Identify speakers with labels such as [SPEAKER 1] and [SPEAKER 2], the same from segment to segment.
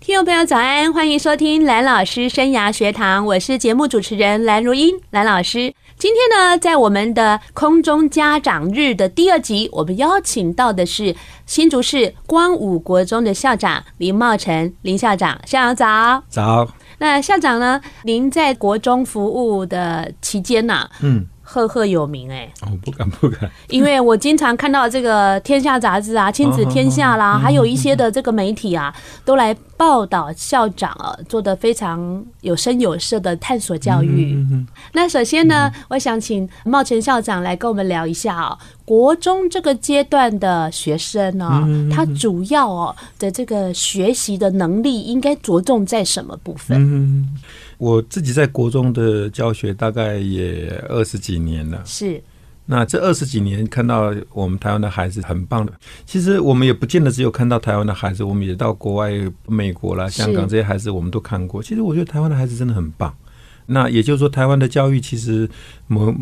[SPEAKER 1] 听众朋友，早安！欢迎收听蓝老师生涯学堂，我是节目主持人蓝如英，蓝老师。今天呢，在我们的空中家长日的第二集，我们邀请到的是新竹市光武国中的校长林茂成林校长，校长早。
[SPEAKER 2] 早，
[SPEAKER 1] 那校长呢，您在国中服务的期间呐、
[SPEAKER 2] 嗯，
[SPEAKER 1] 赫赫有名哎、
[SPEAKER 2] 哦，不敢不敢，
[SPEAKER 1] 因为我经常看到这个《天下》杂志啊，《亲子天下》
[SPEAKER 2] 哦
[SPEAKER 1] 啦，还有一些的这个媒体啊，都来报道校长啊做的非常有声有色的探索教
[SPEAKER 2] 嗯
[SPEAKER 1] 育。那首先呢，我想请茂成校长来跟我们聊一下哦，国中这个阶段的学生哦，
[SPEAKER 2] 嗯
[SPEAKER 1] 他主要哦的这个学习的能力应该着重在什么部分？
[SPEAKER 2] 嗯，我自己在国中的教学大概也二十几年了。
[SPEAKER 1] 是
[SPEAKER 2] 那这二十几年看到我们台湾的孩子很棒的，其实我们也不见得只有看到台湾的孩子，我们也到国外、美国啦、
[SPEAKER 1] 是
[SPEAKER 2] 香港这些孩子我们都看过。其实我觉得台湾的孩子真的很棒。那也就是说，台湾的教育其实某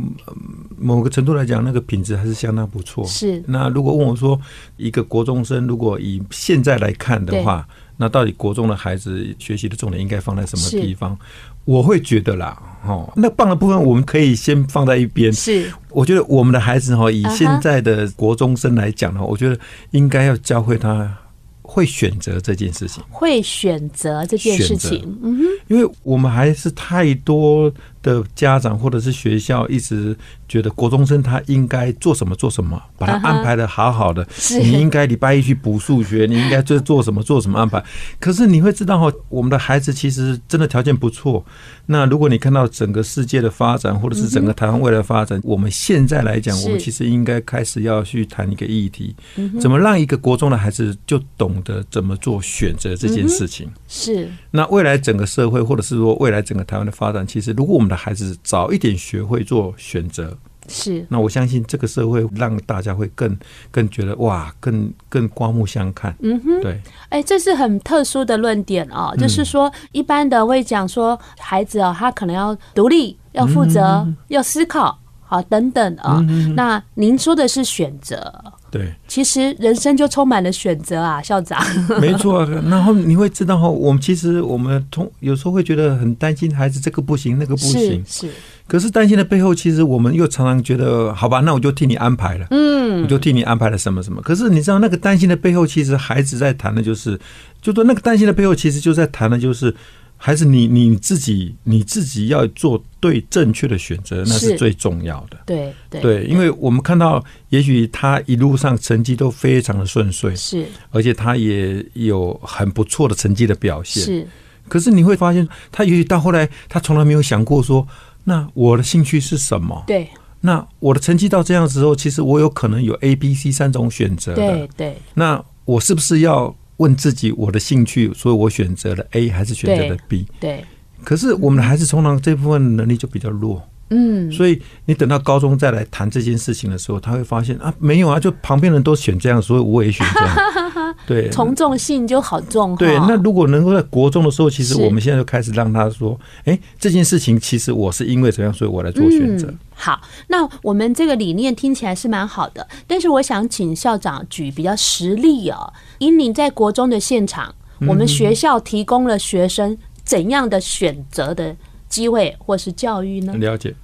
[SPEAKER 2] 某个程度来讲，那个品质还是相当不错。
[SPEAKER 1] 是，
[SPEAKER 2] 那如果问我说，一个国中生如果以现在来看的话，那到底国中的孩子学习的重点应该放在什么
[SPEAKER 1] 是
[SPEAKER 2] 地方？我会觉得啦，哦，那棒的部分我们可以先放在一边。
[SPEAKER 1] 是
[SPEAKER 2] 我觉得我们的孩子哈，以
[SPEAKER 1] 啊哈
[SPEAKER 2] 现在的国中生来讲呢，我觉得应该要教会他会选择这件事情。
[SPEAKER 1] 会选择这件事
[SPEAKER 2] 选择
[SPEAKER 1] 情，嗯哼，
[SPEAKER 2] 因为我们还是太多的家长或者是学校一直觉得国中生他应该做什么做什么，把他
[SPEAKER 1] 啊哈
[SPEAKER 2] 安排的好好的。
[SPEAKER 1] 是
[SPEAKER 2] 你应该礼拜一去补数学，你应该做做什么做什么安排。可是你会知道哦，我们的孩子其实真的条件不错。那如果你看到整个世界的发展，或者是整个台湾未来的发展，我们现在来讲，
[SPEAKER 1] 嗯是
[SPEAKER 2] 我们其实应该开始要去谈一个议题，怎么让一个国中的孩子就懂得怎么做选择这件事情。
[SPEAKER 1] 是
[SPEAKER 2] 那未来整个社会，或者是说未来整个台湾的发展，其实如果我们的孩子早一点学会做选择，
[SPEAKER 1] 是。
[SPEAKER 2] 那我相信这个社会让大家会更更觉得哇，更更刮目相看。嗯哼，对，
[SPEAKER 1] 哎，这是很特殊的论点
[SPEAKER 2] 嗯
[SPEAKER 1] 哦，就是说，一般的会讲说，孩子哦，他可能要独立，要负
[SPEAKER 2] 嗯
[SPEAKER 1] 责，要思考，好等等啊、那您说的是选择，
[SPEAKER 2] 对，
[SPEAKER 1] 其实人生就充满了选择啊，校长。
[SPEAKER 2] 没错。啊 然后你会知道哈，我们其实我们通有时候会觉得很担心孩子这个不行那个不行
[SPEAKER 1] 是，是
[SPEAKER 2] 可是担心的背后，其实我们又常常觉得好吧，那我就替你安排了。我
[SPEAKER 1] 嗯，
[SPEAKER 2] 就替你安排了什么什么。可是你知道，那个担心的背后，其实孩子在谈的就是，就说那个担心的背后，其实就在谈的就是，还是你你自己你自己要做对正确的选择，那
[SPEAKER 1] 是
[SPEAKER 2] 是最重要的。
[SPEAKER 1] 对对
[SPEAKER 2] 对，因为我们看到，也许他一路上成绩都非常的顺遂，
[SPEAKER 1] 是
[SPEAKER 2] 而且他也有很不错的成绩的表现。
[SPEAKER 1] 是
[SPEAKER 2] 可是你会发现，他也许到后来，他从来没有想过说，那我的兴趣是什么？
[SPEAKER 1] 对
[SPEAKER 2] 那我的成绩到这样之后，其实我有可能有 A、B、C 三种选择
[SPEAKER 1] 对
[SPEAKER 2] 的。
[SPEAKER 1] 对
[SPEAKER 2] 那我是不是要问自己我的兴趣？所以我选择了 A 还是选择了 B？
[SPEAKER 1] 对，
[SPEAKER 2] 可是我们的孩子通常这部分能力就比较弱，
[SPEAKER 1] 嗯，
[SPEAKER 2] 所以你等到高中再来谈这件事情的时候，他会发现啊，没有啊，就旁边人都选这样，所以我也选这样。 对，
[SPEAKER 1] 从众性就好重哈。
[SPEAKER 2] 对，那如果能够在国中的时候，其实
[SPEAKER 1] 是
[SPEAKER 2] 我们现在就开始让他说，哎，这件事情其实我是因为怎样，所以我来做选择。
[SPEAKER 1] 嗯。好，那我们这个理念听起来是蛮好的，但是我想请校长举比较实例哦。因你在国中的现场，
[SPEAKER 2] 嗯
[SPEAKER 1] 我们学校提供了学生怎样的选择的机会或是教育呢？
[SPEAKER 2] 了解。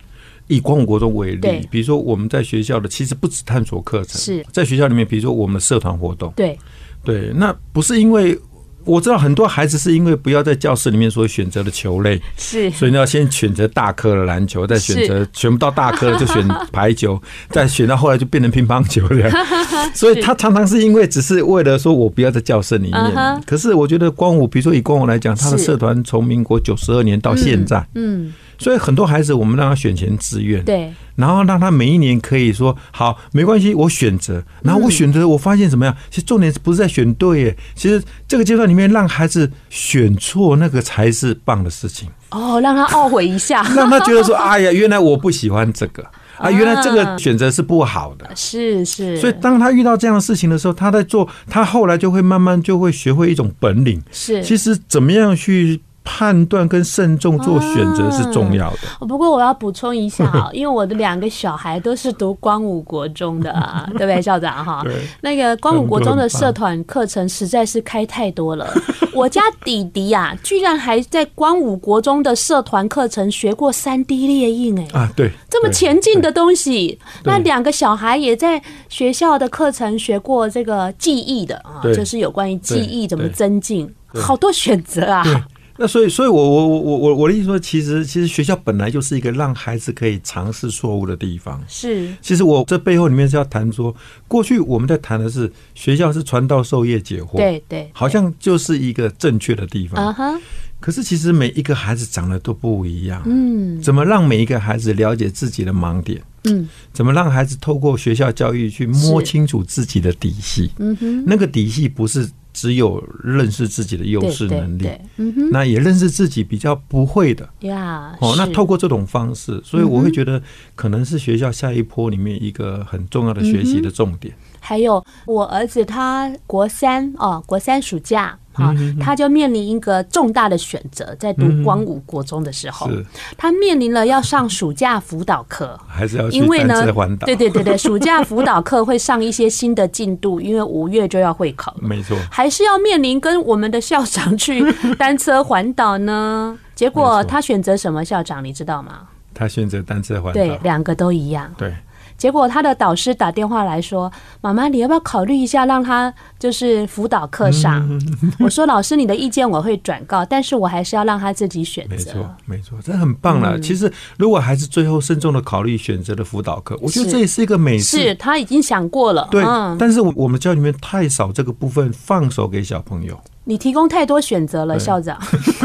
[SPEAKER 2] 以光武国中为
[SPEAKER 1] 嗯对
[SPEAKER 2] 例，比如说我们在学校的其实不止探索课程，
[SPEAKER 1] 是
[SPEAKER 2] 在学校里面，比如说我们的社团活动，
[SPEAKER 1] 对，
[SPEAKER 2] 对，那不是因为我知道很多孩子是因为不要在教室里面所选择的球类，
[SPEAKER 1] 是
[SPEAKER 2] 所以你要先选择大科的篮球，再选择选不到大科的就选 排球，再选到后来就变成乒乓球这样。所以他常常是因为只是为了说我不要在教室里
[SPEAKER 1] 嗯
[SPEAKER 2] 面
[SPEAKER 1] 哼。
[SPEAKER 2] 可是我觉得光武，比如说以光武来讲，他的
[SPEAKER 1] 是
[SPEAKER 2] 社团从民国九十二年到现在，
[SPEAKER 1] 嗯，
[SPEAKER 2] 所以很多孩子我们让他选前志愿，
[SPEAKER 1] 对，
[SPEAKER 2] 然后让他每一年可以说好，没关系，我选择。然后我选择，我发现怎么样？其实重点不是在选对耶，其实这个阶段里面让孩子选错那个才是棒的事情，
[SPEAKER 1] 哦，让他懊悔一下，
[SPEAKER 2] 让他觉得说，哎呀，原来我不喜欢 这个啊，原来这个选择是不好的。
[SPEAKER 1] 是啊是，
[SPEAKER 2] 所以当他遇到这样的事情的时候，他在做，他后来就会慢慢就会学会一种本领。
[SPEAKER 1] 是
[SPEAKER 2] 其实怎么样去判断跟慎重做选择是重要的。
[SPEAKER 1] 哦不过我要补充一下 啊、因为我的两个小孩都是读光武国中的、啊，对不对，校长哈？
[SPEAKER 2] 对，
[SPEAKER 1] 那个光武国中的社团课程实在是开太多 了。我家弟弟啊，居然还在光武国中的社团课程学过三 D 列印、哎，
[SPEAKER 2] 啊，对，
[SPEAKER 1] 这么
[SPEAKER 2] 对
[SPEAKER 1] 前进的东西。
[SPEAKER 2] 对
[SPEAKER 1] 那两个小孩也在学校的课程学过这个记忆的啊，
[SPEAKER 2] 对
[SPEAKER 1] 就是有关于记忆
[SPEAKER 2] 对
[SPEAKER 1] 怎么
[SPEAKER 2] 对
[SPEAKER 1] 增进，
[SPEAKER 2] 对
[SPEAKER 1] 好多选择啊。
[SPEAKER 2] 那所以，所以我我我我我我的意思说，其实其实学校本来就是一个让孩子可以尝试错误的地方。
[SPEAKER 1] 是，
[SPEAKER 2] 其实我这背后里面是要谈说，过去我们在谈的是学校是传道授业解惑，，
[SPEAKER 1] 对对，
[SPEAKER 2] 好像就是一个正确的地
[SPEAKER 1] 啊
[SPEAKER 2] 方。
[SPEAKER 1] 哈，
[SPEAKER 2] 可是其实每一个孩子长得都不一样，
[SPEAKER 1] 嗯
[SPEAKER 2] 怎么让每一个孩子了解自己的盲点？
[SPEAKER 1] 嗯
[SPEAKER 2] 怎么让孩子透过学校教育去摸
[SPEAKER 1] 是
[SPEAKER 2] 清楚自己的底细？
[SPEAKER 1] 嗯哼，
[SPEAKER 2] 那个底细不是只有认识自己的优
[SPEAKER 1] 对
[SPEAKER 2] 势
[SPEAKER 1] 对
[SPEAKER 2] 能力，
[SPEAKER 1] 对嗯哼
[SPEAKER 2] 那也认识自己比较不会的。
[SPEAKER 1] 呀，
[SPEAKER 2] 哦，那
[SPEAKER 1] 是嗯
[SPEAKER 2] 透过这种方式，所以我会觉得可能是学校下一波里面一个很重要的学习的重点。
[SPEAKER 1] 还有我儿子他国三哦，国三暑假啊，
[SPEAKER 2] 嗯
[SPEAKER 1] 他就面临一个重大的选择，在读光武国中的时候，
[SPEAKER 2] 嗯是，
[SPEAKER 1] 他面临了要上暑假辅导课。
[SPEAKER 2] 还是要去
[SPEAKER 1] 因为
[SPEAKER 2] 单
[SPEAKER 1] 呢
[SPEAKER 2] 车环，岛
[SPEAKER 1] 对，对对对，暑假辅导课会上一些新的进度，因为五月就要会考了，
[SPEAKER 2] 没错，
[SPEAKER 1] 还是要面临跟我们的校长去单车环岛呢。结果
[SPEAKER 2] 没错
[SPEAKER 1] 他选择什么校长，你知道吗？
[SPEAKER 2] 他选择单车环
[SPEAKER 1] 对
[SPEAKER 2] 岛，，
[SPEAKER 1] 两个都一样。
[SPEAKER 2] 对，
[SPEAKER 1] 结果他的导师打电话来说：“妈妈，你要不要考虑一下，让他就是辅导课上？”
[SPEAKER 2] 嗯
[SPEAKER 1] 我说：“老师，你的意见我会转告，但是我还是要让他自己选
[SPEAKER 2] 没
[SPEAKER 1] 择
[SPEAKER 2] 错。，没错，这很棒
[SPEAKER 1] 嗯
[SPEAKER 2] 了。其实，如果孩子最后慎重的考虑选择的辅导课，我觉得
[SPEAKER 1] 是
[SPEAKER 2] 这也是一个美”事
[SPEAKER 1] 是，他已经想过了。
[SPEAKER 2] 对，
[SPEAKER 1] 嗯，
[SPEAKER 2] 但是我我们教育里面太少这个部分放手给小朋友，
[SPEAKER 1] 你提供太多选择了，
[SPEAKER 2] 对
[SPEAKER 1] 校长，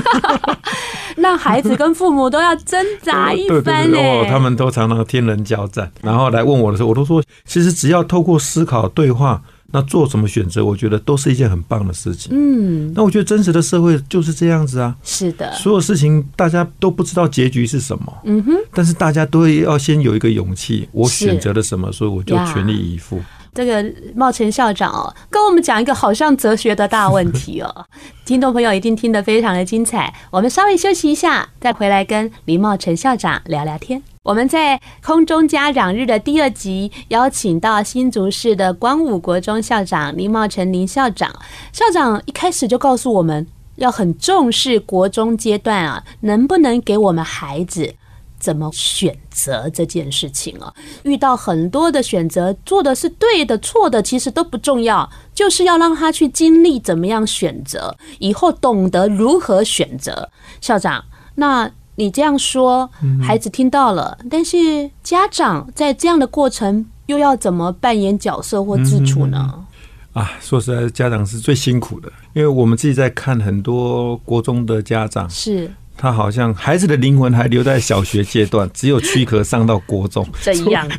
[SPEAKER 1] 让孩子跟父母都要挣扎一
[SPEAKER 2] 对对
[SPEAKER 1] 番欸
[SPEAKER 2] 对
[SPEAKER 1] 呢、
[SPEAKER 2] 哦，他们都常常天人交战，然后来问我的时候，我都说，其实只要透过思考对话，那做什么选择，我觉得都是一件很棒的事情。
[SPEAKER 1] 嗯，
[SPEAKER 2] 那我觉得真实的社会就是这样子啊，
[SPEAKER 1] 是的，
[SPEAKER 2] 所有事情大家都不知道结局是什么，嗯哼，但是大家都要先有一个勇气，我
[SPEAKER 1] 是
[SPEAKER 2] 选择了什么，所以我就
[SPEAKER 1] 呀
[SPEAKER 2] 全力以赴。
[SPEAKER 1] 这个茂成校长哦，跟我们讲一个好像哲学的大问题哦， 听众朋友一定听得非常的精彩。我们稍微休息一下，再回来跟林茂成校长聊聊天。我们在空中家长日的第二集，邀请到新竹市的光武国中校长林茂成林校长。校长一开始就告诉我们要很重视国中阶段啊，能不能给我们孩子怎么选择这件事情哦、遇到很多的选择，做的是对的、错的，其实都不重要，就是要让他去经历怎么样选择，以后懂得如何选择。校长，那你这样说，
[SPEAKER 2] 嗯
[SPEAKER 1] 孩子听到了，但是家长在这样的过程又要怎么扮演角色或自处呢？
[SPEAKER 2] 啊，说实在，家长是最辛苦的，因为我们自己在看很多国中的家长，
[SPEAKER 1] 是
[SPEAKER 2] 他好像孩子的灵魂还留在小学阶段，只有躯壳上到国中。
[SPEAKER 1] 这 样的，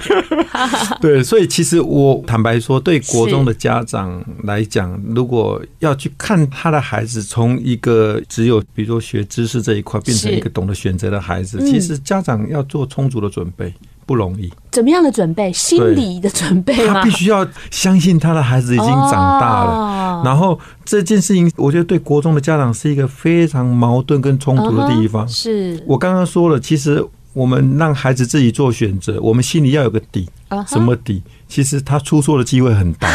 [SPEAKER 2] 对，所以其实我坦白说，对国中的家长来讲，如果要去看他的孩子从一个只有比如说学知识这一块，变成
[SPEAKER 1] 是
[SPEAKER 2] 一个懂得选择的孩子，
[SPEAKER 1] 嗯
[SPEAKER 2] 其实家长要做充足的准备。不 容易，
[SPEAKER 1] 怎么样的准备？心理的准备
[SPEAKER 2] 他
[SPEAKER 1] 吗
[SPEAKER 2] 必？须要相信他的孩子已经长大了，
[SPEAKER 1] 啊哦
[SPEAKER 2] 然后这件事情，我觉得对国中的家长是一个非常矛盾跟冲突的地方
[SPEAKER 1] 嗯哼。是
[SPEAKER 2] 我刚刚说了，其实我们让孩子自己做选择，我们心里要有个底，
[SPEAKER 1] 啊哈
[SPEAKER 2] 什么底？其实他出错的机会很大，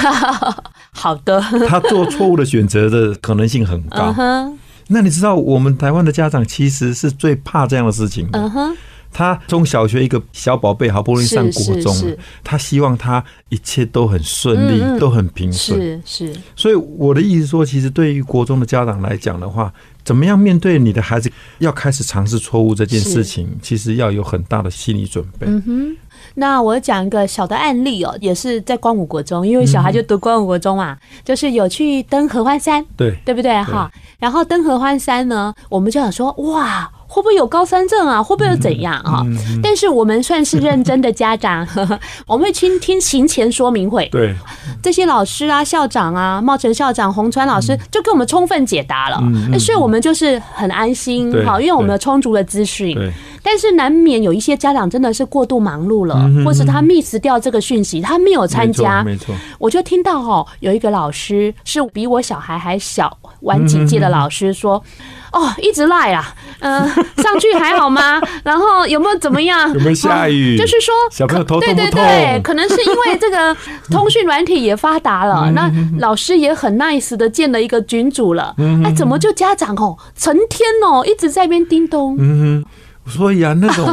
[SPEAKER 1] 好的，
[SPEAKER 2] 他做错误的选择的可能性很
[SPEAKER 1] 嗯
[SPEAKER 2] 高。
[SPEAKER 1] 哼，
[SPEAKER 2] 那你知道，我们台湾的家长其实是最怕这样的事情的。
[SPEAKER 1] 嗯哼，
[SPEAKER 2] 他从小学一个小宝贝，好不容易上
[SPEAKER 1] 是
[SPEAKER 2] 国中
[SPEAKER 1] 是
[SPEAKER 2] 了
[SPEAKER 1] 是，
[SPEAKER 2] 他希望他一切都很顺利，
[SPEAKER 1] 嗯嗯
[SPEAKER 2] 都很平顺。
[SPEAKER 1] 是是。
[SPEAKER 2] 所以我的意思说，其实对于国中的家长来讲的话，怎么样面对你的孩子要开始尝试错误这件事情，其实要有很大的心理准备。
[SPEAKER 1] 嗯那我讲一个小的案例哦，也是在光武国中，因为小孩就读光武国中嘛，就是有去登合欢山，
[SPEAKER 2] 对，
[SPEAKER 1] 对不对哈？然后登合欢山呢，我们就想说，哇，会不会有高山症啊？会不会有怎样啊？
[SPEAKER 2] 嗯
[SPEAKER 1] 但是我们算是认真的家长， 呵呵我们会去听行前说明会，
[SPEAKER 2] 对，
[SPEAKER 1] 这些老师啊、校长啊、茂成校长、洪川老
[SPEAKER 2] 嗯
[SPEAKER 1] 师就给我们充分解答了，那所以我们就是很安心
[SPEAKER 2] 对
[SPEAKER 1] 哈，因为我们
[SPEAKER 2] 对
[SPEAKER 1] 有充足的资讯。
[SPEAKER 2] 对，
[SPEAKER 1] 但是难免有一些家长真的是过度忙碌了，
[SPEAKER 2] 嗯哼
[SPEAKER 1] 或是他 miss 掉这个讯息，他没有参加。
[SPEAKER 2] 没错，没错
[SPEAKER 1] 我就听到哦，有一个老师是比我小孩还小晚几届的老师说，
[SPEAKER 2] 嗯
[SPEAKER 1] 哦，一直赖啊，嗯、 上去还好吗？然后有没有怎么样？
[SPEAKER 2] 有没有下雨
[SPEAKER 1] 哦就是说，
[SPEAKER 2] 小朋友头
[SPEAKER 1] 对
[SPEAKER 2] 痛不
[SPEAKER 1] 对
[SPEAKER 2] 痛
[SPEAKER 1] 对，可能是因为这个通讯软体也发达
[SPEAKER 2] 嗯
[SPEAKER 1] 了，那老师也很 nice 的建了一个群组了，
[SPEAKER 2] 嗯
[SPEAKER 1] 那怎么就家长哦，成天哦一直在那边叮咚，
[SPEAKER 2] 嗯哼，所以啊，那 种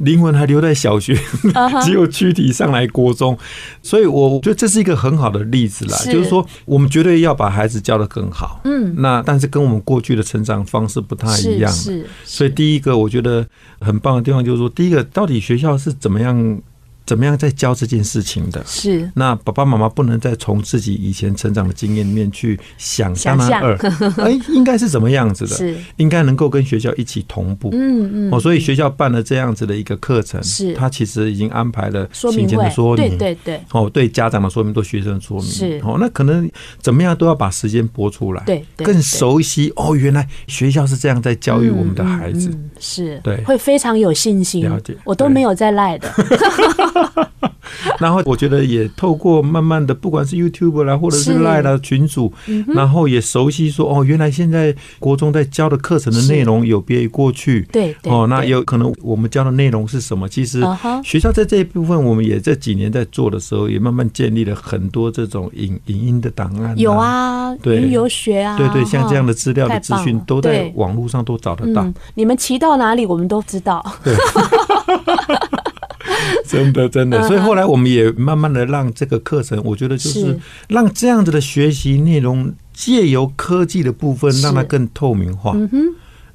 [SPEAKER 2] 灵魂还留在小学，
[SPEAKER 1] Uh-huh
[SPEAKER 2] 只有躯体上来国中，所以我觉得这是一个很好的例子啦。
[SPEAKER 1] 是
[SPEAKER 2] 就是说，我们绝对要把孩子教得更好。
[SPEAKER 1] 嗯，
[SPEAKER 2] 那但是跟我们过去的成长方式不太一
[SPEAKER 1] 是
[SPEAKER 2] 样，
[SPEAKER 1] 是，
[SPEAKER 2] 所以第一个我觉得很棒的地方就是说，第一个到底学校是怎么样怎么样在教这件事情的。
[SPEAKER 1] 是
[SPEAKER 2] 那爸爸妈妈不能再从自己以前成长的经验里面去想
[SPEAKER 1] 想
[SPEAKER 2] 当然
[SPEAKER 1] 象
[SPEAKER 2] 二， 哎，应该是怎么样子的？
[SPEAKER 1] 是，
[SPEAKER 2] 应该能够跟学校一起同步。
[SPEAKER 1] 嗯嗯，
[SPEAKER 2] 哦，所以学校办了这样子的一个课程，
[SPEAKER 1] 是
[SPEAKER 2] 他其实已经安排了
[SPEAKER 1] 说
[SPEAKER 2] 行
[SPEAKER 1] 明
[SPEAKER 2] 前
[SPEAKER 1] 会
[SPEAKER 2] 的说，
[SPEAKER 1] 对
[SPEAKER 2] 明，
[SPEAKER 1] 对对
[SPEAKER 2] 哦，对家长的说明，对学生的说明，
[SPEAKER 1] 是
[SPEAKER 2] 哦，那可能怎么样都要把时间拨出来，
[SPEAKER 1] 对对
[SPEAKER 2] 哎更
[SPEAKER 1] 对
[SPEAKER 2] 熟悉哦，原来学校是这样在教育我们的
[SPEAKER 1] 嗯
[SPEAKER 2] 孩子，
[SPEAKER 1] 嗯嗯是，
[SPEAKER 2] 对
[SPEAKER 1] 会非常有信心。
[SPEAKER 2] 了解
[SPEAKER 1] 我都
[SPEAKER 2] 对
[SPEAKER 1] 没有在赖 的，
[SPEAKER 2] 然后我觉得也透过慢慢的，不管是 YouTube 啦，或者
[SPEAKER 1] 是嗯
[SPEAKER 2] 是 Line 啦群组，然后也熟悉说哦，原来现在国中在教的课程的
[SPEAKER 1] 是
[SPEAKER 2] 内容有别于过去。
[SPEAKER 1] 对对
[SPEAKER 2] 哦，那
[SPEAKER 1] 对
[SPEAKER 2] 有可能我们教的内容是什么？其实
[SPEAKER 1] 啊哈
[SPEAKER 2] 学校在这一部分，我们也这几年在做的时候，也慢慢建立了很多这种影影音的档案、
[SPEAKER 1] 有。啊，
[SPEAKER 2] 对
[SPEAKER 1] 云游学啊，
[SPEAKER 2] 对对，像这样
[SPEAKER 1] 的
[SPEAKER 2] 的资料
[SPEAKER 1] 哦
[SPEAKER 2] 的
[SPEAKER 1] 太
[SPEAKER 2] 资
[SPEAKER 1] 棒
[SPEAKER 2] 讯
[SPEAKER 1] 了
[SPEAKER 2] 都在
[SPEAKER 1] 对
[SPEAKER 2] 网络上都找得到
[SPEAKER 1] 嗯，，你们骑到哪里我们都知道，
[SPEAKER 2] 真的真
[SPEAKER 1] 嗯
[SPEAKER 2] 的。所以后来我们也慢慢的让这个课程，我觉得就是
[SPEAKER 1] 是
[SPEAKER 2] 让这样子的学习内容借由科技的部分，
[SPEAKER 1] 是
[SPEAKER 2] 让它更透明化。
[SPEAKER 1] 嗯哼，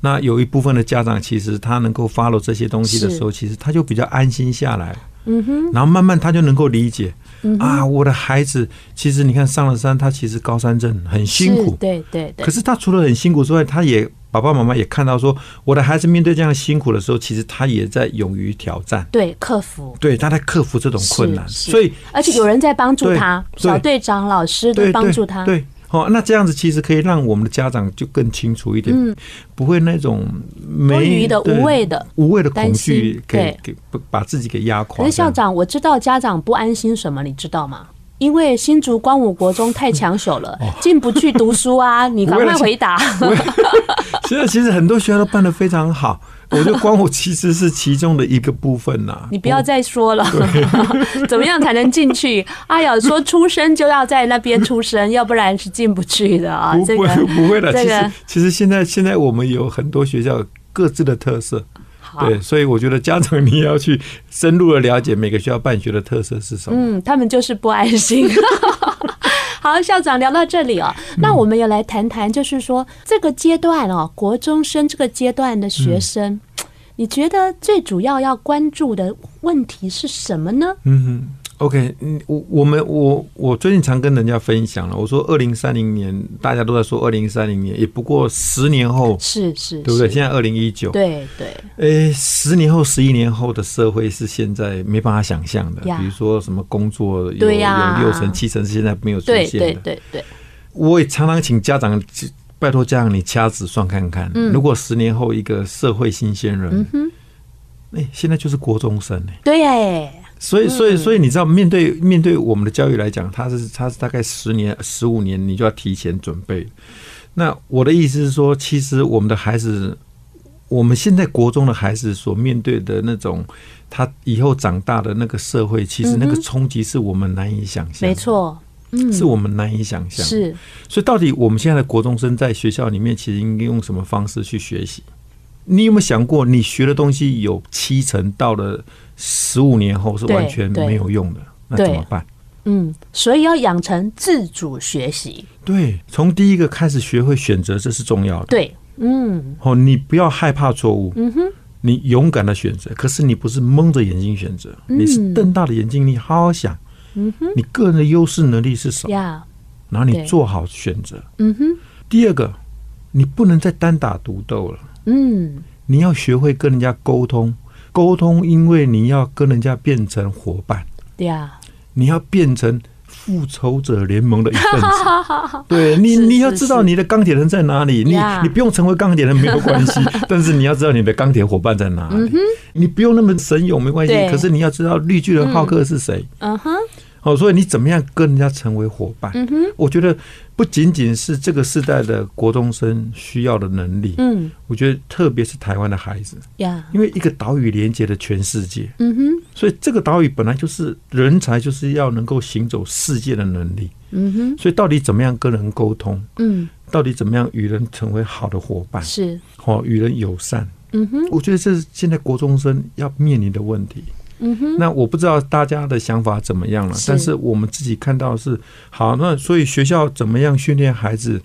[SPEAKER 2] 那有一部分的家长，其实他能够 follow 这些东西的时候，其实他就比较安心下来，
[SPEAKER 1] 嗯哼，嗯
[SPEAKER 2] 然后慢慢他就能够理解、啊，我的孩子其实你看上了山，他其实高山症很辛
[SPEAKER 1] 是
[SPEAKER 2] 苦，
[SPEAKER 1] 对对对
[SPEAKER 2] 可，是他除了很辛苦之外，他也爸爸妈妈也看到说，我的孩子面对这样辛苦的时候，其实他也在勇于挑战，
[SPEAKER 1] 对克服，
[SPEAKER 2] 对，他在克服这种困难，
[SPEAKER 1] 是是
[SPEAKER 2] 所以
[SPEAKER 1] 而且有人在帮助
[SPEAKER 2] 对
[SPEAKER 1] 他，
[SPEAKER 2] 对
[SPEAKER 1] 小队长老师都
[SPEAKER 2] 对
[SPEAKER 1] 帮助他，
[SPEAKER 2] 对。对好、那这样子其实可以让我们的家长就更清楚一点，不会那种没
[SPEAKER 1] 嗯多余的
[SPEAKER 2] 对
[SPEAKER 1] 无谓的
[SPEAKER 2] 无谓的恐
[SPEAKER 1] 担心
[SPEAKER 2] 惧给
[SPEAKER 1] 对
[SPEAKER 2] 给不把自己给压垮。
[SPEAKER 1] 可是校 长，我知道家长不安心什么，你知道吗？因为新竹光武国中太抢手
[SPEAKER 2] 哦
[SPEAKER 1] 了，进不去读书 啊！你赶
[SPEAKER 2] 为了
[SPEAKER 1] 快
[SPEAKER 2] 去
[SPEAKER 1] 回答。
[SPEAKER 2] 这样，现在其实很多学校都办得非常好，我觉得光我其实是其中的一个部分呐、
[SPEAKER 1] 你不要再说了， 怎么样才能进去？阿瑶说，出生就要在那边出生，要不然是进不去的啊
[SPEAKER 2] 不。
[SPEAKER 1] 这
[SPEAKER 2] 不
[SPEAKER 1] 个
[SPEAKER 2] 会 不会的，
[SPEAKER 1] 这
[SPEAKER 2] 其
[SPEAKER 1] 个
[SPEAKER 2] 实其实现在现在我们有很多学校有各自的特色，
[SPEAKER 1] 好，
[SPEAKER 2] 对，所以我觉得家长你也要去深入的了解每个学校办学的特色是什么。
[SPEAKER 1] 嗯，他们就是不安心。 好，校长聊到这里哦，
[SPEAKER 2] 嗯
[SPEAKER 1] 那我们也来谈谈，就是说这个阶段哦，国中生这个阶段的学生，
[SPEAKER 2] 嗯
[SPEAKER 1] 你觉得最主要要关注的问题是什么呢？
[SPEAKER 2] 嗯哼，OK，嗯，我我们我我最近常跟人家分享了，我说二零三零年大家都在说二零三零年，也不过十年后，
[SPEAKER 1] 是是，
[SPEAKER 2] 对不对？
[SPEAKER 1] 是
[SPEAKER 2] 现在二零一九，
[SPEAKER 1] 对对，
[SPEAKER 2] 诶，十年后、十一年后的社会是现在没办法想象的，
[SPEAKER 1] 呀
[SPEAKER 2] 比如说什么工作有
[SPEAKER 1] 对呀
[SPEAKER 2] 有六成、七成是现在没有出
[SPEAKER 1] 对
[SPEAKER 2] 现的
[SPEAKER 1] 对。对对，
[SPEAKER 2] 我也常常请家长，拜托家长你掐指算看看，如果十年后一个社会新鲜人，
[SPEAKER 1] 嗯哼
[SPEAKER 2] 哎、现在就是国中生哎、
[SPEAKER 1] 对哎，
[SPEAKER 2] 所以所以所以你知道，面对面对我们的教育来讲，它是它是大概十年、十五年，你就要提前准备。那我的意思是说，其实我们的孩子，我们现在国中的孩子所面对的那种，他以后长大的那个社会，其实那个冲击是我们难以想象，
[SPEAKER 1] 嗯没，错，
[SPEAKER 2] 是我们难以想象。
[SPEAKER 1] 是
[SPEAKER 2] 所以到底我们现在的国中生在学校里面，其实应该用什么方式去学习？你有没有想过，你学的东西有七成到了十五年后是
[SPEAKER 1] 对
[SPEAKER 2] 完全
[SPEAKER 1] 对
[SPEAKER 2] 没有用的，那
[SPEAKER 1] 对
[SPEAKER 2] 怎么办？
[SPEAKER 1] 嗯，所以要养成自主学习，
[SPEAKER 2] 对，从第一个开始学会选择，这是重要的。
[SPEAKER 1] 对，嗯，
[SPEAKER 2] 哦，你不要害怕错误，嗯哼，你勇敢的选择。可是你不是蒙着眼睛选择，
[SPEAKER 1] 嗯
[SPEAKER 2] 你是瞪大了眼睛，你好好想，嗯哼，你个人的优势能力是什么？
[SPEAKER 1] 呀，
[SPEAKER 2] 然后你
[SPEAKER 1] 对
[SPEAKER 2] 做好选择。
[SPEAKER 1] 嗯哼，
[SPEAKER 2] 第二个，你不能再单打独斗了。
[SPEAKER 1] 嗯，
[SPEAKER 2] 你要学会跟人家沟通，沟通，因为你要跟人家变成伙伴，
[SPEAKER 1] 呀，
[SPEAKER 2] 你要变成复仇者联盟的一份子。 对你，你要知道你的钢铁人在哪里，你
[SPEAKER 1] Yeah
[SPEAKER 2] 你不用成为钢铁人没有关 系，但是你要知道你的钢铁伙伴在哪里，你不用那么神勇没关
[SPEAKER 1] 嗯
[SPEAKER 2] 系，
[SPEAKER 1] 对
[SPEAKER 2] 可是你要知道绿巨人浩克是谁。
[SPEAKER 1] 嗯哼，
[SPEAKER 2] 哦，所以你怎么样跟人家成为伙伴？
[SPEAKER 1] 嗯哼，
[SPEAKER 2] 我觉得不仅仅是这个时代的国中生需要的能力，
[SPEAKER 1] 嗯
[SPEAKER 2] 我觉得特别是台湾的孩子，
[SPEAKER 1] 呀，
[SPEAKER 2] 因为一个岛屿连接了全世界，
[SPEAKER 1] 嗯哼，
[SPEAKER 2] 所以这个岛屿本来就是人才就是要能够行走世界的能力。
[SPEAKER 1] 嗯哼，
[SPEAKER 2] 所以到底怎么样跟人沟通？
[SPEAKER 1] 嗯，
[SPEAKER 2] 到底怎么样与人成为好的伙伴？
[SPEAKER 1] 是，
[SPEAKER 2] 哦，与人友善。
[SPEAKER 1] 嗯哼，
[SPEAKER 2] 我觉得这是现在国中生要面临的问题。
[SPEAKER 1] 嗯哼，
[SPEAKER 2] 那我不知道大家的想法怎么样了，
[SPEAKER 1] 是
[SPEAKER 2] 但是我们自己看到是好，那所以学校怎么样训练孩子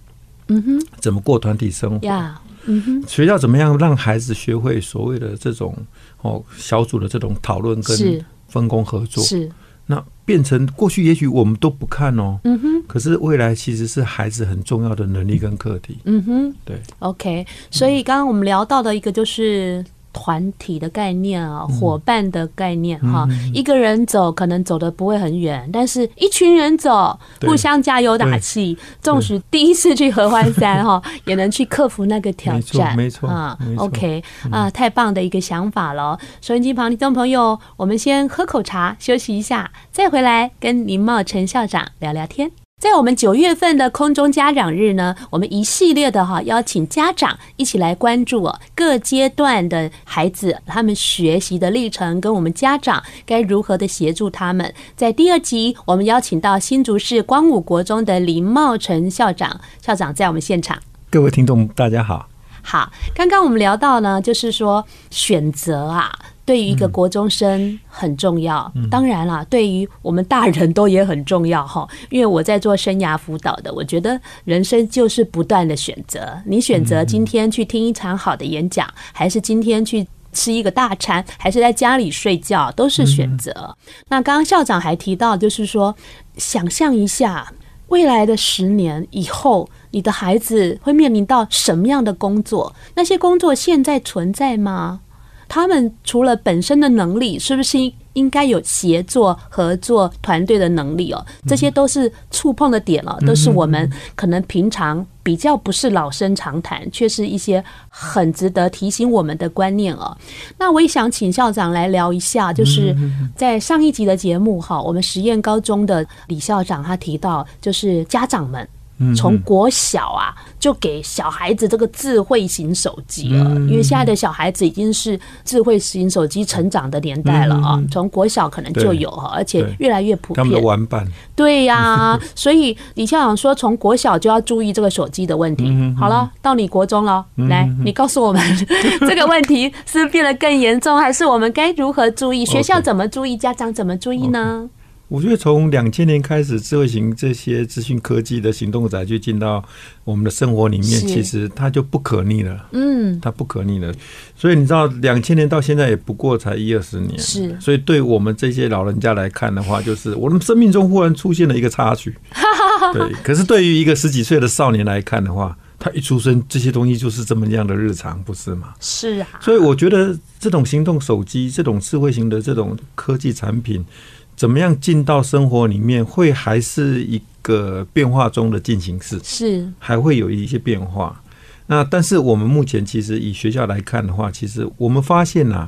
[SPEAKER 1] 嗯哼，
[SPEAKER 2] 怎么过团体生活？
[SPEAKER 1] 呀，嗯哼，
[SPEAKER 2] 学校怎么样让孩子学会所谓的这种哦小组的这种讨论跟
[SPEAKER 1] 是
[SPEAKER 2] 分工合作？
[SPEAKER 1] 是，
[SPEAKER 2] 那变成过去也许我们都不看哦，
[SPEAKER 1] 嗯哼。
[SPEAKER 2] 可是未来其实是孩子很重要的能力跟课题。
[SPEAKER 1] 嗯哼，
[SPEAKER 2] 对
[SPEAKER 1] ，OK。所以刚刚我们聊到的一个就是团体的概念啊，伙伴的概念哈、一个人走可能走的不会很远，但是一群人走，
[SPEAKER 2] 对
[SPEAKER 1] 互相加油打气，纵使第一次去合欢山哈，也能去克服那个挑战。
[SPEAKER 2] 没错没错
[SPEAKER 1] 啊
[SPEAKER 2] 没错嗯
[SPEAKER 1] ，OK 啊，太棒的一个想法了。收音机旁的听众朋友，我们先喝口茶休息一下，再回来跟林茂陈校长聊聊天。在我们九月份的空中家长日呢，我们一系列的哈、邀请家长一起来关注哦各阶段的孩子他们学习的历程，跟我们家长该如何的协助他们。在第二集，我们邀请到新竹市光武国中的林茂成校长，校长在我们现场。
[SPEAKER 2] 各位听众大家好，
[SPEAKER 1] 好，刚刚我们聊到呢，就是说选择啊，对于一个国中生很重要。当然啦，对于我们大人都也很重要哈。因为我在做生涯辅导的，我觉得人生就是不断的选择。你选择今天去听一场好的演讲，还是今天去。吃一个大餐，还是在家里睡觉，都是选择。那刚刚校长还提到，就是说，想象一下未来的十年以后，你的孩子会面临到什么样的工作？那些工作现在存在吗？他们除了本身的能力，是不是应该有协作、合作、团队的能力哦？这些都是触碰的点哦，都是我们可能平常比较不是老生常谈，却是一些很值得提醒我们的观念哦。那我也想请校长来聊一下，就是在上一集的节目哈，我们实验高中的李校长他提到，就是家长们。
[SPEAKER 2] 嗯
[SPEAKER 1] 从国小啊，就给小孩子这个智慧型手机了，
[SPEAKER 2] 嗯
[SPEAKER 1] 因为现在的小孩子已经是智慧型手机成长的年代了啊，从国小可能就有哈，而且
[SPEAKER 2] 嗯对
[SPEAKER 1] 越来越普
[SPEAKER 2] 他们的
[SPEAKER 1] 遍。
[SPEAKER 2] 玩伴，
[SPEAKER 1] 对呀、 所以李校长说，从国小就要注意这个手机的问
[SPEAKER 2] 嗯
[SPEAKER 1] 题。好了，到你国中了，来，你告诉我 们这个问题是变得更严重，还是我们该如何注意？学校
[SPEAKER 2] OK
[SPEAKER 1] 怎么注意？家长怎么注意呢？
[SPEAKER 2] 我觉得从两千年开始，智慧型这些资讯科技的行动载具进到我们的生活里面，
[SPEAKER 1] 是
[SPEAKER 2] 其实它就不可逆了，
[SPEAKER 1] 嗯，
[SPEAKER 2] 它不可逆了。所以你知道，两千年到现在也不过才一二十年，
[SPEAKER 1] 是
[SPEAKER 2] 所以对我们这些老人家来看的话，就是我们生命中忽然出现了一个插曲，对。可是对于一个十几岁的少年来看的话，他一出生这些东西就是这么样的日常，不是吗？
[SPEAKER 1] 是啊，
[SPEAKER 2] 所以我觉得这种行动手机、这种智慧型的这种科技产品，怎么样进到生活里面，会还是一个变化中的进行式，
[SPEAKER 1] 是，
[SPEAKER 2] 还会有一些变化。那但是我们目前其实以学校来看的话，其实我们发现呐、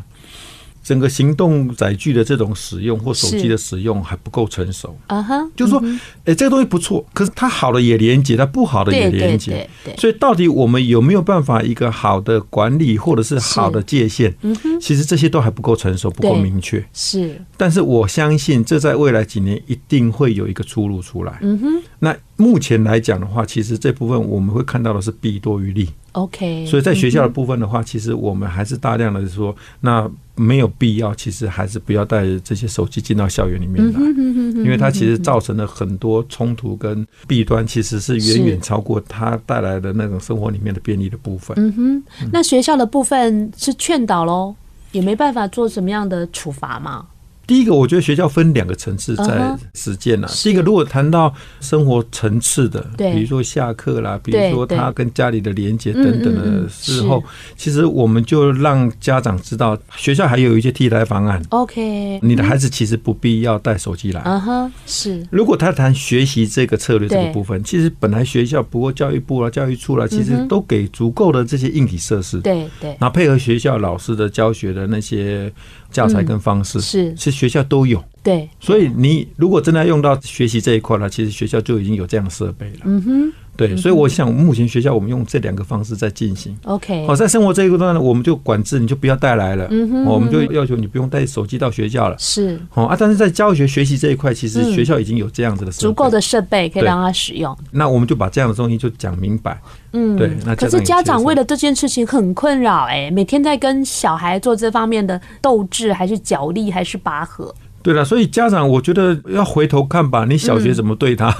[SPEAKER 2] 整个行动载具的这种使用或手机的使用还不够成熟。
[SPEAKER 1] 啊哈，
[SPEAKER 2] 就是说，诶，这个东西不错，可是它好的也连接，它不好的
[SPEAKER 1] 对
[SPEAKER 2] 也
[SPEAKER 1] 对
[SPEAKER 2] 连接。
[SPEAKER 1] 对对，
[SPEAKER 2] 所以到底我们有没有办法一个好的管理或者是好的界限？
[SPEAKER 1] 嗯哼，
[SPEAKER 2] 其实这些都还不够成熟，不够
[SPEAKER 1] 对
[SPEAKER 2] 明确。
[SPEAKER 1] 是，
[SPEAKER 2] 但是我相信，这在未来几年一定会有一个出路出来。
[SPEAKER 1] 嗯哼
[SPEAKER 2] 那目前来讲的话，其实这部分我们会看到的是弊多于
[SPEAKER 1] 嗯
[SPEAKER 2] 利，
[SPEAKER 1] ，OK，
[SPEAKER 2] 所以在学校的部分的话，其实我们还是大量的说，那没有必要，其实还是不要带这些手机进到校园里面
[SPEAKER 1] 嗯
[SPEAKER 2] 来，
[SPEAKER 1] 哼哼哼哼，
[SPEAKER 2] 因为它其实造成了很多冲突跟弊端，其实是远远超过它带来的那种生活里面的便利的部分。
[SPEAKER 1] 嗯哼，那学校的部分是劝导喽，也没办法做什么样的处罚嘛。
[SPEAKER 2] 第一个，我觉得学校分两个层次在
[SPEAKER 1] 嗯哼
[SPEAKER 2] 实践啦。
[SPEAKER 1] 是
[SPEAKER 2] 第一个，如果谈到生活层次的，
[SPEAKER 1] 对
[SPEAKER 2] 比如说下课啦，比
[SPEAKER 1] 对
[SPEAKER 2] 如说
[SPEAKER 1] 对
[SPEAKER 2] 他跟家里的连接等等
[SPEAKER 1] 嗯嗯
[SPEAKER 2] 的
[SPEAKER 1] 嗯
[SPEAKER 2] 时候，其实我们就让家长知道，学校还有一些替代方案。
[SPEAKER 1] OK，
[SPEAKER 2] 你的孩子其实不必要带手机来，
[SPEAKER 1] 嗯哼，是
[SPEAKER 2] 如果他谈学习这个策略这个
[SPEAKER 1] 对
[SPEAKER 2] 部分，其实本来学校，不过教育部啊、教育处啦、其实
[SPEAKER 1] 嗯哼
[SPEAKER 2] 都给足够的这些硬体设施，
[SPEAKER 1] 对对
[SPEAKER 2] 那配合学校老师的教学的那些教材跟方式，
[SPEAKER 1] 是
[SPEAKER 2] 其实学校都有。
[SPEAKER 1] 对，
[SPEAKER 2] 所以你如果真的要用到学习这一块了，其实学校就已经有这样的设备了。
[SPEAKER 1] 嗯哼
[SPEAKER 2] 对，所以我想目前学校我们用这两个方式在进行。哦
[SPEAKER 1] ，OK，
[SPEAKER 2] 好，在生活这一段呢，我们就管制，你就不要带来了。
[SPEAKER 1] 嗯哼
[SPEAKER 2] 哦我们就要求你不用带手机到学校了。
[SPEAKER 1] 是
[SPEAKER 2] 哦啊，但是在教学学习这一块，其实
[SPEAKER 1] 嗯
[SPEAKER 2] 学校已经有这样子的设备
[SPEAKER 1] 足够的设备可以
[SPEAKER 2] 对
[SPEAKER 1] 让他使用。
[SPEAKER 2] 那我们就把这样的东西就讲明白。
[SPEAKER 1] 嗯，
[SPEAKER 2] 对那
[SPEAKER 1] 可
[SPEAKER 2] 家长
[SPEAKER 1] 是
[SPEAKER 2] 也
[SPEAKER 1] 家
[SPEAKER 2] 接
[SPEAKER 1] 长
[SPEAKER 2] 受
[SPEAKER 1] 为了这件事情很困扰，哎，每天在跟小孩做这方面的斗智，还是角力，还是拔 河。
[SPEAKER 2] 对了，所以家长我觉得要回头看吧，你小学怎么对他？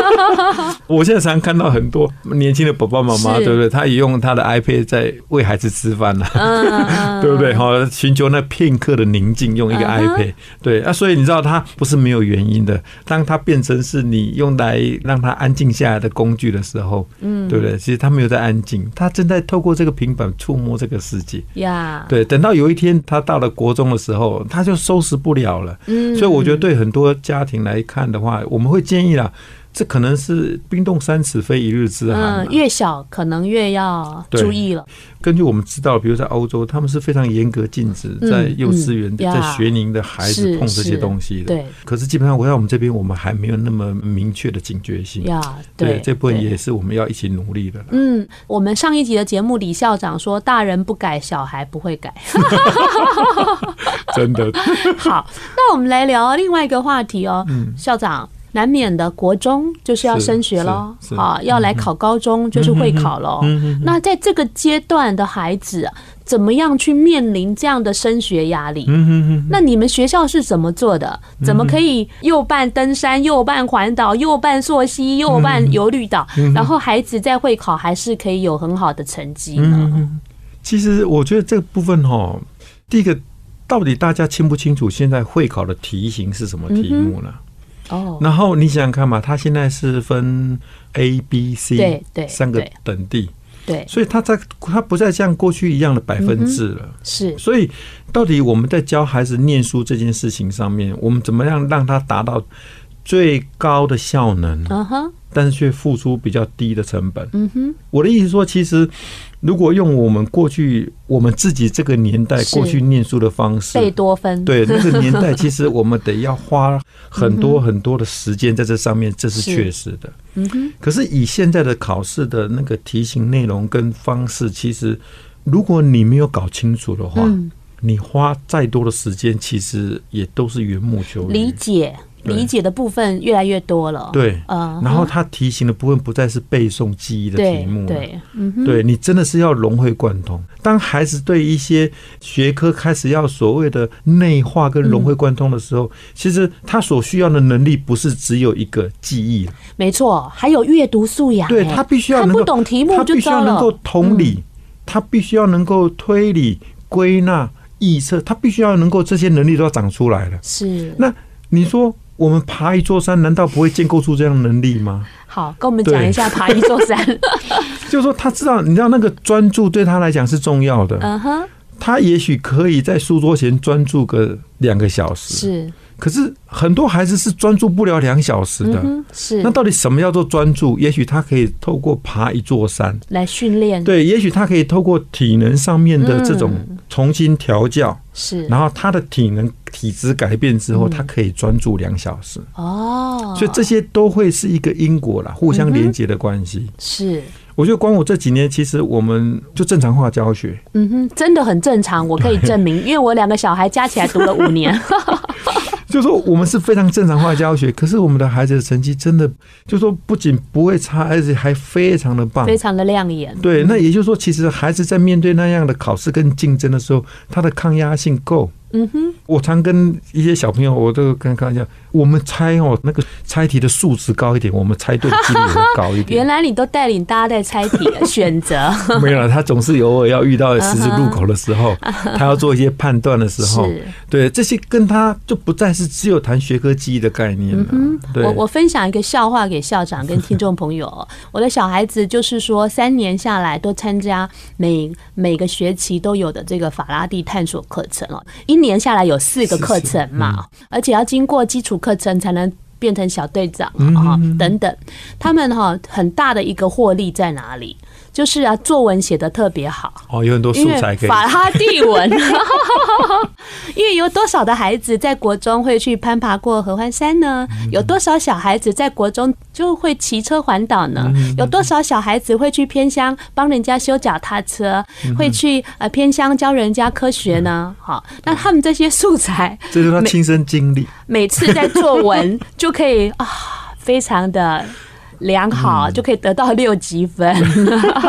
[SPEAKER 2] 我现在常看到很多年轻的爸爸妈妈，
[SPEAKER 1] 嗯是
[SPEAKER 2] 对不对？他也用他的 iPad 在喂孩子吃饭了、
[SPEAKER 1] 嗯嗯，
[SPEAKER 2] 对不对？好，寻求那片刻的宁静，用一个
[SPEAKER 1] 嗯哼
[SPEAKER 2] iPad，、对啊，所以你知道它不是没有原因的。当它变成是你用来让它安静下来的工具的时候，嗯，对不对？其实它没有在安静，它正在透过这个平板触摸这个世界。
[SPEAKER 1] 呀，
[SPEAKER 2] 对，等到有一天他到了国中的时候，他就收拾不了了。
[SPEAKER 1] 嗯
[SPEAKER 2] 所以我觉得对很多家庭来看的话，我们会建议啦，这可能是冰冻三尺非一日之寒
[SPEAKER 1] 嗯，
[SPEAKER 2] 嘛。
[SPEAKER 1] 越小可能越要
[SPEAKER 2] 对
[SPEAKER 1] 注意了。
[SPEAKER 2] 根据我们知道，比如在欧洲，他们是非常严格禁止
[SPEAKER 1] 嗯
[SPEAKER 2] 在幼稚园、
[SPEAKER 1] 嗯呀
[SPEAKER 2] 在学龄的孩子
[SPEAKER 1] 是
[SPEAKER 2] 碰这些
[SPEAKER 1] 是
[SPEAKER 2] 东西的。
[SPEAKER 1] 对
[SPEAKER 2] 可是基本上，回到我们这边，我们还没有那么明确的警觉性。
[SPEAKER 1] 呀，
[SPEAKER 2] 对，这部分
[SPEAKER 1] 对
[SPEAKER 2] 也是我们要一起努力的啦。
[SPEAKER 1] 嗯，我们上一集的节目，李校长说：“大人不改，小孩不会 改。
[SPEAKER 2] 真的，”
[SPEAKER 1] 好，那我们来聊另外一个话题哦。
[SPEAKER 2] 嗯
[SPEAKER 1] 校长，难免的，国中就是要
[SPEAKER 2] 是
[SPEAKER 1] 升学喽
[SPEAKER 2] 是，是嗯
[SPEAKER 1] 啊，要来考高中就是会考喽。那在这个阶段的孩子，啊怎么样去面临这样的升学压力？
[SPEAKER 2] 嗯哼哼。
[SPEAKER 1] 那你们学校是怎么做的？怎么可以又办登山，又办环岛，又办溯溪，又
[SPEAKER 2] 嗯
[SPEAKER 1] 办游绿岛，然后孩子在会考还是可以有很好的成绩
[SPEAKER 2] 嗯
[SPEAKER 1] 呢？
[SPEAKER 2] 其实我觉得这个部分哈，第一个，到底大家清不清楚现在会考的题型是什么题目呢？
[SPEAKER 1] 哦，
[SPEAKER 2] 然后你想想看嘛，它现在是分 A、B、C
[SPEAKER 1] 对对
[SPEAKER 2] 三个
[SPEAKER 1] 对
[SPEAKER 2] 等地，
[SPEAKER 1] 对，
[SPEAKER 2] 所以它在它不再像过去一样的百分制了。
[SPEAKER 1] 是
[SPEAKER 2] 所以，到底我们在教孩子念书这件事情上面，我们怎么样让他达到最高的效能？
[SPEAKER 1] 嗯哼，
[SPEAKER 2] 但是却付出比较低的成本。
[SPEAKER 1] 嗯哼，
[SPEAKER 2] 我的意思说，其实如果用我们过去我们自己这个年代
[SPEAKER 1] 是
[SPEAKER 2] 过去念书的方式，
[SPEAKER 1] 贝多芬，
[SPEAKER 2] 对那个年代，其实我们得要花很多很多的时间在这上面，这是
[SPEAKER 1] 嗯是
[SPEAKER 2] 确实的。
[SPEAKER 1] 嗯哼，
[SPEAKER 2] 可是以现在的考试的那个题型内容跟方式，其实如果你没有搞清楚的话，
[SPEAKER 1] 嗯
[SPEAKER 2] 你花再多的时间，其实也都是缘木求鱼。
[SPEAKER 1] 理解
[SPEAKER 2] 对
[SPEAKER 1] 理解的部分越来越多了，
[SPEAKER 2] 对
[SPEAKER 1] 嗯哼，
[SPEAKER 2] 然后它题型的部分不再是背诵记忆的题
[SPEAKER 1] 对
[SPEAKER 2] 目了，
[SPEAKER 1] 对，嗯哼，
[SPEAKER 2] 对你真的是要融会贯通。当孩子对一些学科开始要所谓的内化跟融会贯通的
[SPEAKER 1] 嗯
[SPEAKER 2] 时候，其实他所需要的能力不是只有一个记忆啊了，
[SPEAKER 1] 没错，还有阅读素养，
[SPEAKER 2] 对
[SPEAKER 1] 哎
[SPEAKER 2] 他必须要
[SPEAKER 1] 看
[SPEAKER 2] 能
[SPEAKER 1] 不
[SPEAKER 2] 够
[SPEAKER 1] 懂题目
[SPEAKER 2] 他
[SPEAKER 1] 就
[SPEAKER 2] 必须
[SPEAKER 1] 糟
[SPEAKER 2] 要能够
[SPEAKER 1] 了，嗯
[SPEAKER 2] 同理，他必须要能够推理、归纳、臆测，他必须要能够这些能力都要长出来了。
[SPEAKER 1] 是
[SPEAKER 2] 那你说我们爬一座山，难道不会建构出这样的能力吗？
[SPEAKER 1] 好，跟我们讲
[SPEAKER 2] 对
[SPEAKER 1] 一 下爬一座山，
[SPEAKER 2] 就是说，他知道，你知道那个专注对他来讲是重要的。
[SPEAKER 1] 嗯哼，
[SPEAKER 2] 他也许可以在书桌前专注个两个小时，
[SPEAKER 1] 是，
[SPEAKER 2] 可是很多孩子是专注不了两小时的。
[SPEAKER 1] 嗯哼，是
[SPEAKER 2] 那，到底什么叫做专注？也许他可以透过爬一座山，
[SPEAKER 1] 来训练，
[SPEAKER 2] 对，也许他可以透过体能上面的这种
[SPEAKER 1] 嗯
[SPEAKER 2] 重新调教，
[SPEAKER 1] 是，嗯
[SPEAKER 2] 然后他的体能体质改变之后，他可以专注两小时。
[SPEAKER 1] 哦，
[SPEAKER 2] 所以这些都会是一个因果啦，
[SPEAKER 1] 嗯
[SPEAKER 2] 互相连接的关系。
[SPEAKER 1] 是，
[SPEAKER 2] 我觉得光我这几年，其实我们就正常化教学，
[SPEAKER 1] 嗯哼，真的很正常，我可以证明，因为我两个小孩加起来读了五年，
[SPEAKER 2] 就说我们是非常正常化的教学，可是我们的孩子的成绩真的，就说不仅不会差，而且还非常的棒
[SPEAKER 1] 非。常嗯的亮眼，
[SPEAKER 2] 对，那也就是说，其实孩子在面对那样的考试跟竞争的时候，他的抗压性够，
[SPEAKER 1] 嗯哼，
[SPEAKER 2] 我常跟一些小朋友，我都跟他讲，我们猜哦，那个猜题的数值高一点，我们猜对的几率会高一 点。
[SPEAKER 1] 原来你都带领大家在猜题 选择，
[SPEAKER 2] 没有了，他总是偶尔要遇到十字路口的 时候，他要做一些判断的时候
[SPEAKER 1] 是，
[SPEAKER 2] 对这些跟他就不再是只有谈学科记忆的概念了。对，
[SPEAKER 1] 嗯我我分享一个笑话给校长跟听众朋友 哦，我的小孩子就是说三年下来都参加每每个学期都有的这个法拉第探索课程哦，一年下来有四个课程嘛，
[SPEAKER 2] 嗯
[SPEAKER 1] 而且要经过基础课程才能。变成小队长
[SPEAKER 2] 嗯
[SPEAKER 1] 啊、哦等等，他们哈、很大的一个获利在哪里？就是啊，作文写的特别好，
[SPEAKER 2] 哦，有很多素
[SPEAKER 1] 因为
[SPEAKER 2] 材可以。
[SPEAKER 1] 法拉第 文，因为有多少的孩子在国中会去攀爬过合欢山呢？
[SPEAKER 2] 嗯
[SPEAKER 1] 有多少小孩子在国中就会骑车环岛呢？
[SPEAKER 2] 嗯
[SPEAKER 1] 有多少小孩子会去偏乡帮人家修脚踏车，
[SPEAKER 2] 嗯
[SPEAKER 1] 会去呃偏乡教人家科学呢？好，那他们这些素材，
[SPEAKER 2] 这就是他亲身经历，
[SPEAKER 1] 每次在作文就可以 啊，非常的。良好
[SPEAKER 2] 嗯
[SPEAKER 1] 就可以得到六级 分，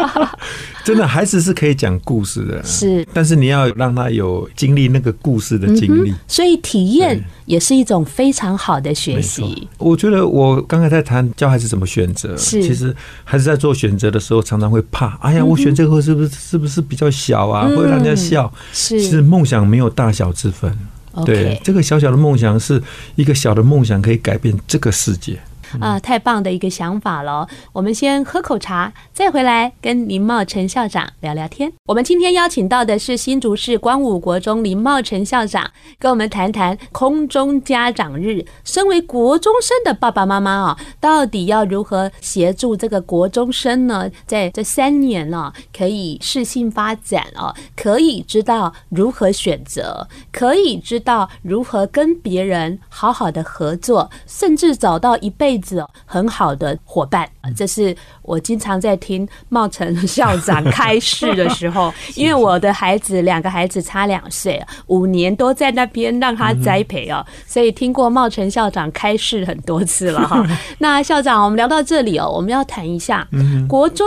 [SPEAKER 2] 真的孩子是可以讲故事的，
[SPEAKER 1] 是
[SPEAKER 2] 但是你要让他有经历那个故事的经历。
[SPEAKER 1] 所以体验也是一种非常好的学
[SPEAKER 2] 没
[SPEAKER 1] 习
[SPEAKER 2] 错。我觉得我刚才在谈教孩子怎么选择，
[SPEAKER 1] 是嗯
[SPEAKER 2] 其实孩子在做选择的时候，常常会怕，哎呀，我选这个是不是是不是比较小啊，会让人家笑。
[SPEAKER 1] 是
[SPEAKER 2] 其实梦想没有大小之分。对
[SPEAKER 1] OK，
[SPEAKER 2] 这个小小的梦想是一个小的梦想，可以改变这个世界。
[SPEAKER 1] 啊、太棒的一个想法了。我们先喝口茶，再回来跟林茂成校长聊聊天。我们今天邀请到的是新竹市光武国中林茂成校长，跟我们谈谈空中家长日。身为国中生的爸爸妈妈啊，到底要如何协助这个国中生呢？在这三年呢、可以适性发展哦、可以知道如何选择，可以知道如何跟别人好好的合作，甚至找到一辈子很好的伙伴。这是我经常在听茂成校长开示的时候，因为我的孩子两个孩子差两岁，啊五年都在那边让他栽培哦，所以听过茂成校长开示很多次了哈。那校长，我们聊到这里哦，我们要谈一下国中。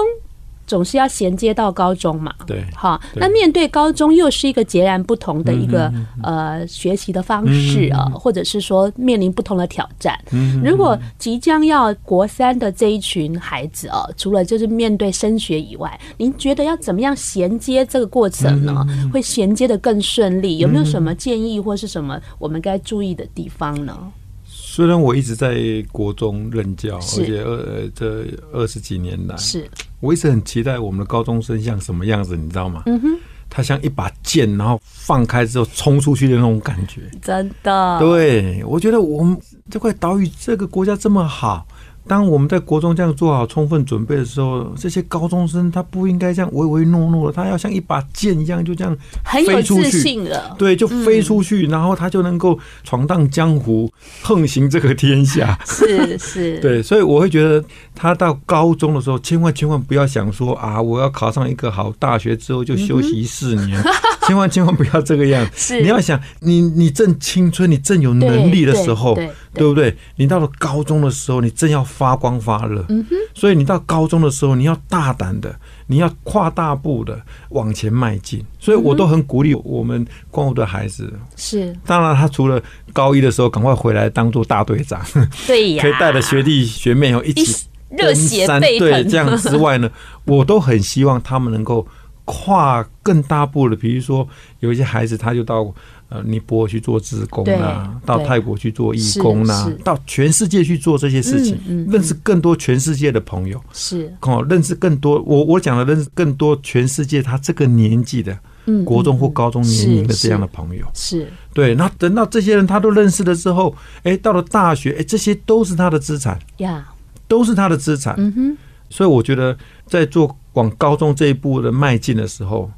[SPEAKER 1] 总是要衔接到高中嘛，
[SPEAKER 2] 对
[SPEAKER 1] 好，
[SPEAKER 2] 对嗯
[SPEAKER 1] 那面对高中又是一个截然不同的一个、呃学习的方式啊，或者是说面临不同的挑战。
[SPEAKER 2] 嗯
[SPEAKER 1] 如果即将要国三的这一群孩子啊，除了就是面对升学以外，您觉得要怎么样衔接这个过程呢？
[SPEAKER 2] 嗯
[SPEAKER 1] 会衔接的更顺利？有没有什么建议或是什么我们该注意的地方呢？
[SPEAKER 2] 虽然我一直在国中任教，
[SPEAKER 1] 是
[SPEAKER 2] 而且二呃这二十几年来，
[SPEAKER 1] 是
[SPEAKER 2] 我一直很期待我们的高中生像什么样子，你知道吗？嗯哼，他像一把剑，然后放开之后冲出去的那种感觉。
[SPEAKER 1] 真的，
[SPEAKER 2] 对，我觉得我们这块岛屿这个国家这么好，当我们在国中这样做好充分准备的时候，这些高中生他不应该这样唯唯诺诺的，他要像一把剑一样就这样
[SPEAKER 1] 很有
[SPEAKER 2] 飞出
[SPEAKER 1] 自
[SPEAKER 2] 去
[SPEAKER 1] 信嗯了。
[SPEAKER 2] 对，就飞出去，然后他就能够闯荡江湖，横行这个天下。
[SPEAKER 1] 是是，
[SPEAKER 2] 对，所以我会觉得他到高中的时候，千万千万不要想说啊，我要考上一个好大学之后就休息四年， 千万千万不要这个样。
[SPEAKER 1] 嗯是
[SPEAKER 2] 你要想，你你正青春，你正有能力的时候，
[SPEAKER 1] 对对对
[SPEAKER 2] 不对？你到了高中的时候，你正要发光发热，嗯哼。所以你到高中的时候，你要大胆的，你要跨大步的往前迈进。所以我都很鼓励我们光武的孩子。
[SPEAKER 1] 是，
[SPEAKER 2] 当然，他除了高一的时候赶快回来当做大队长，
[SPEAKER 1] 对呀，
[SPEAKER 2] 可以带着学弟学妹哦一
[SPEAKER 1] 一
[SPEAKER 2] 起
[SPEAKER 1] 热血
[SPEAKER 2] 登山
[SPEAKER 1] 沸
[SPEAKER 2] 对，
[SPEAKER 1] 腾，
[SPEAKER 2] 这样之外呢， 我都很希望他们能够跨更大步的，比如说有一些孩子他就到呃尼泊尔去做志工啦、
[SPEAKER 1] 对
[SPEAKER 2] 到
[SPEAKER 1] 对
[SPEAKER 2] 泰国去做义工啦、啊
[SPEAKER 1] 是是
[SPEAKER 2] 到全世界去做这些事情，
[SPEAKER 1] 嗯嗯嗯
[SPEAKER 2] 认识更多全世界的朋友。
[SPEAKER 1] 是
[SPEAKER 2] 哦，认识更多，我我讲的认识更多全世界他这个年纪的，
[SPEAKER 1] 嗯
[SPEAKER 2] 国中或高中年龄的
[SPEAKER 1] 是
[SPEAKER 2] 这样的朋友，
[SPEAKER 1] 是
[SPEAKER 2] 对，那等到这些人他都认识了之后，哎，到了大学，哎，这些都是他的资产，
[SPEAKER 1] 呀，
[SPEAKER 2] 都是他的资产。
[SPEAKER 1] 嗯哼，
[SPEAKER 2] 所以我觉得，在做往高中这一步的迈进的时候，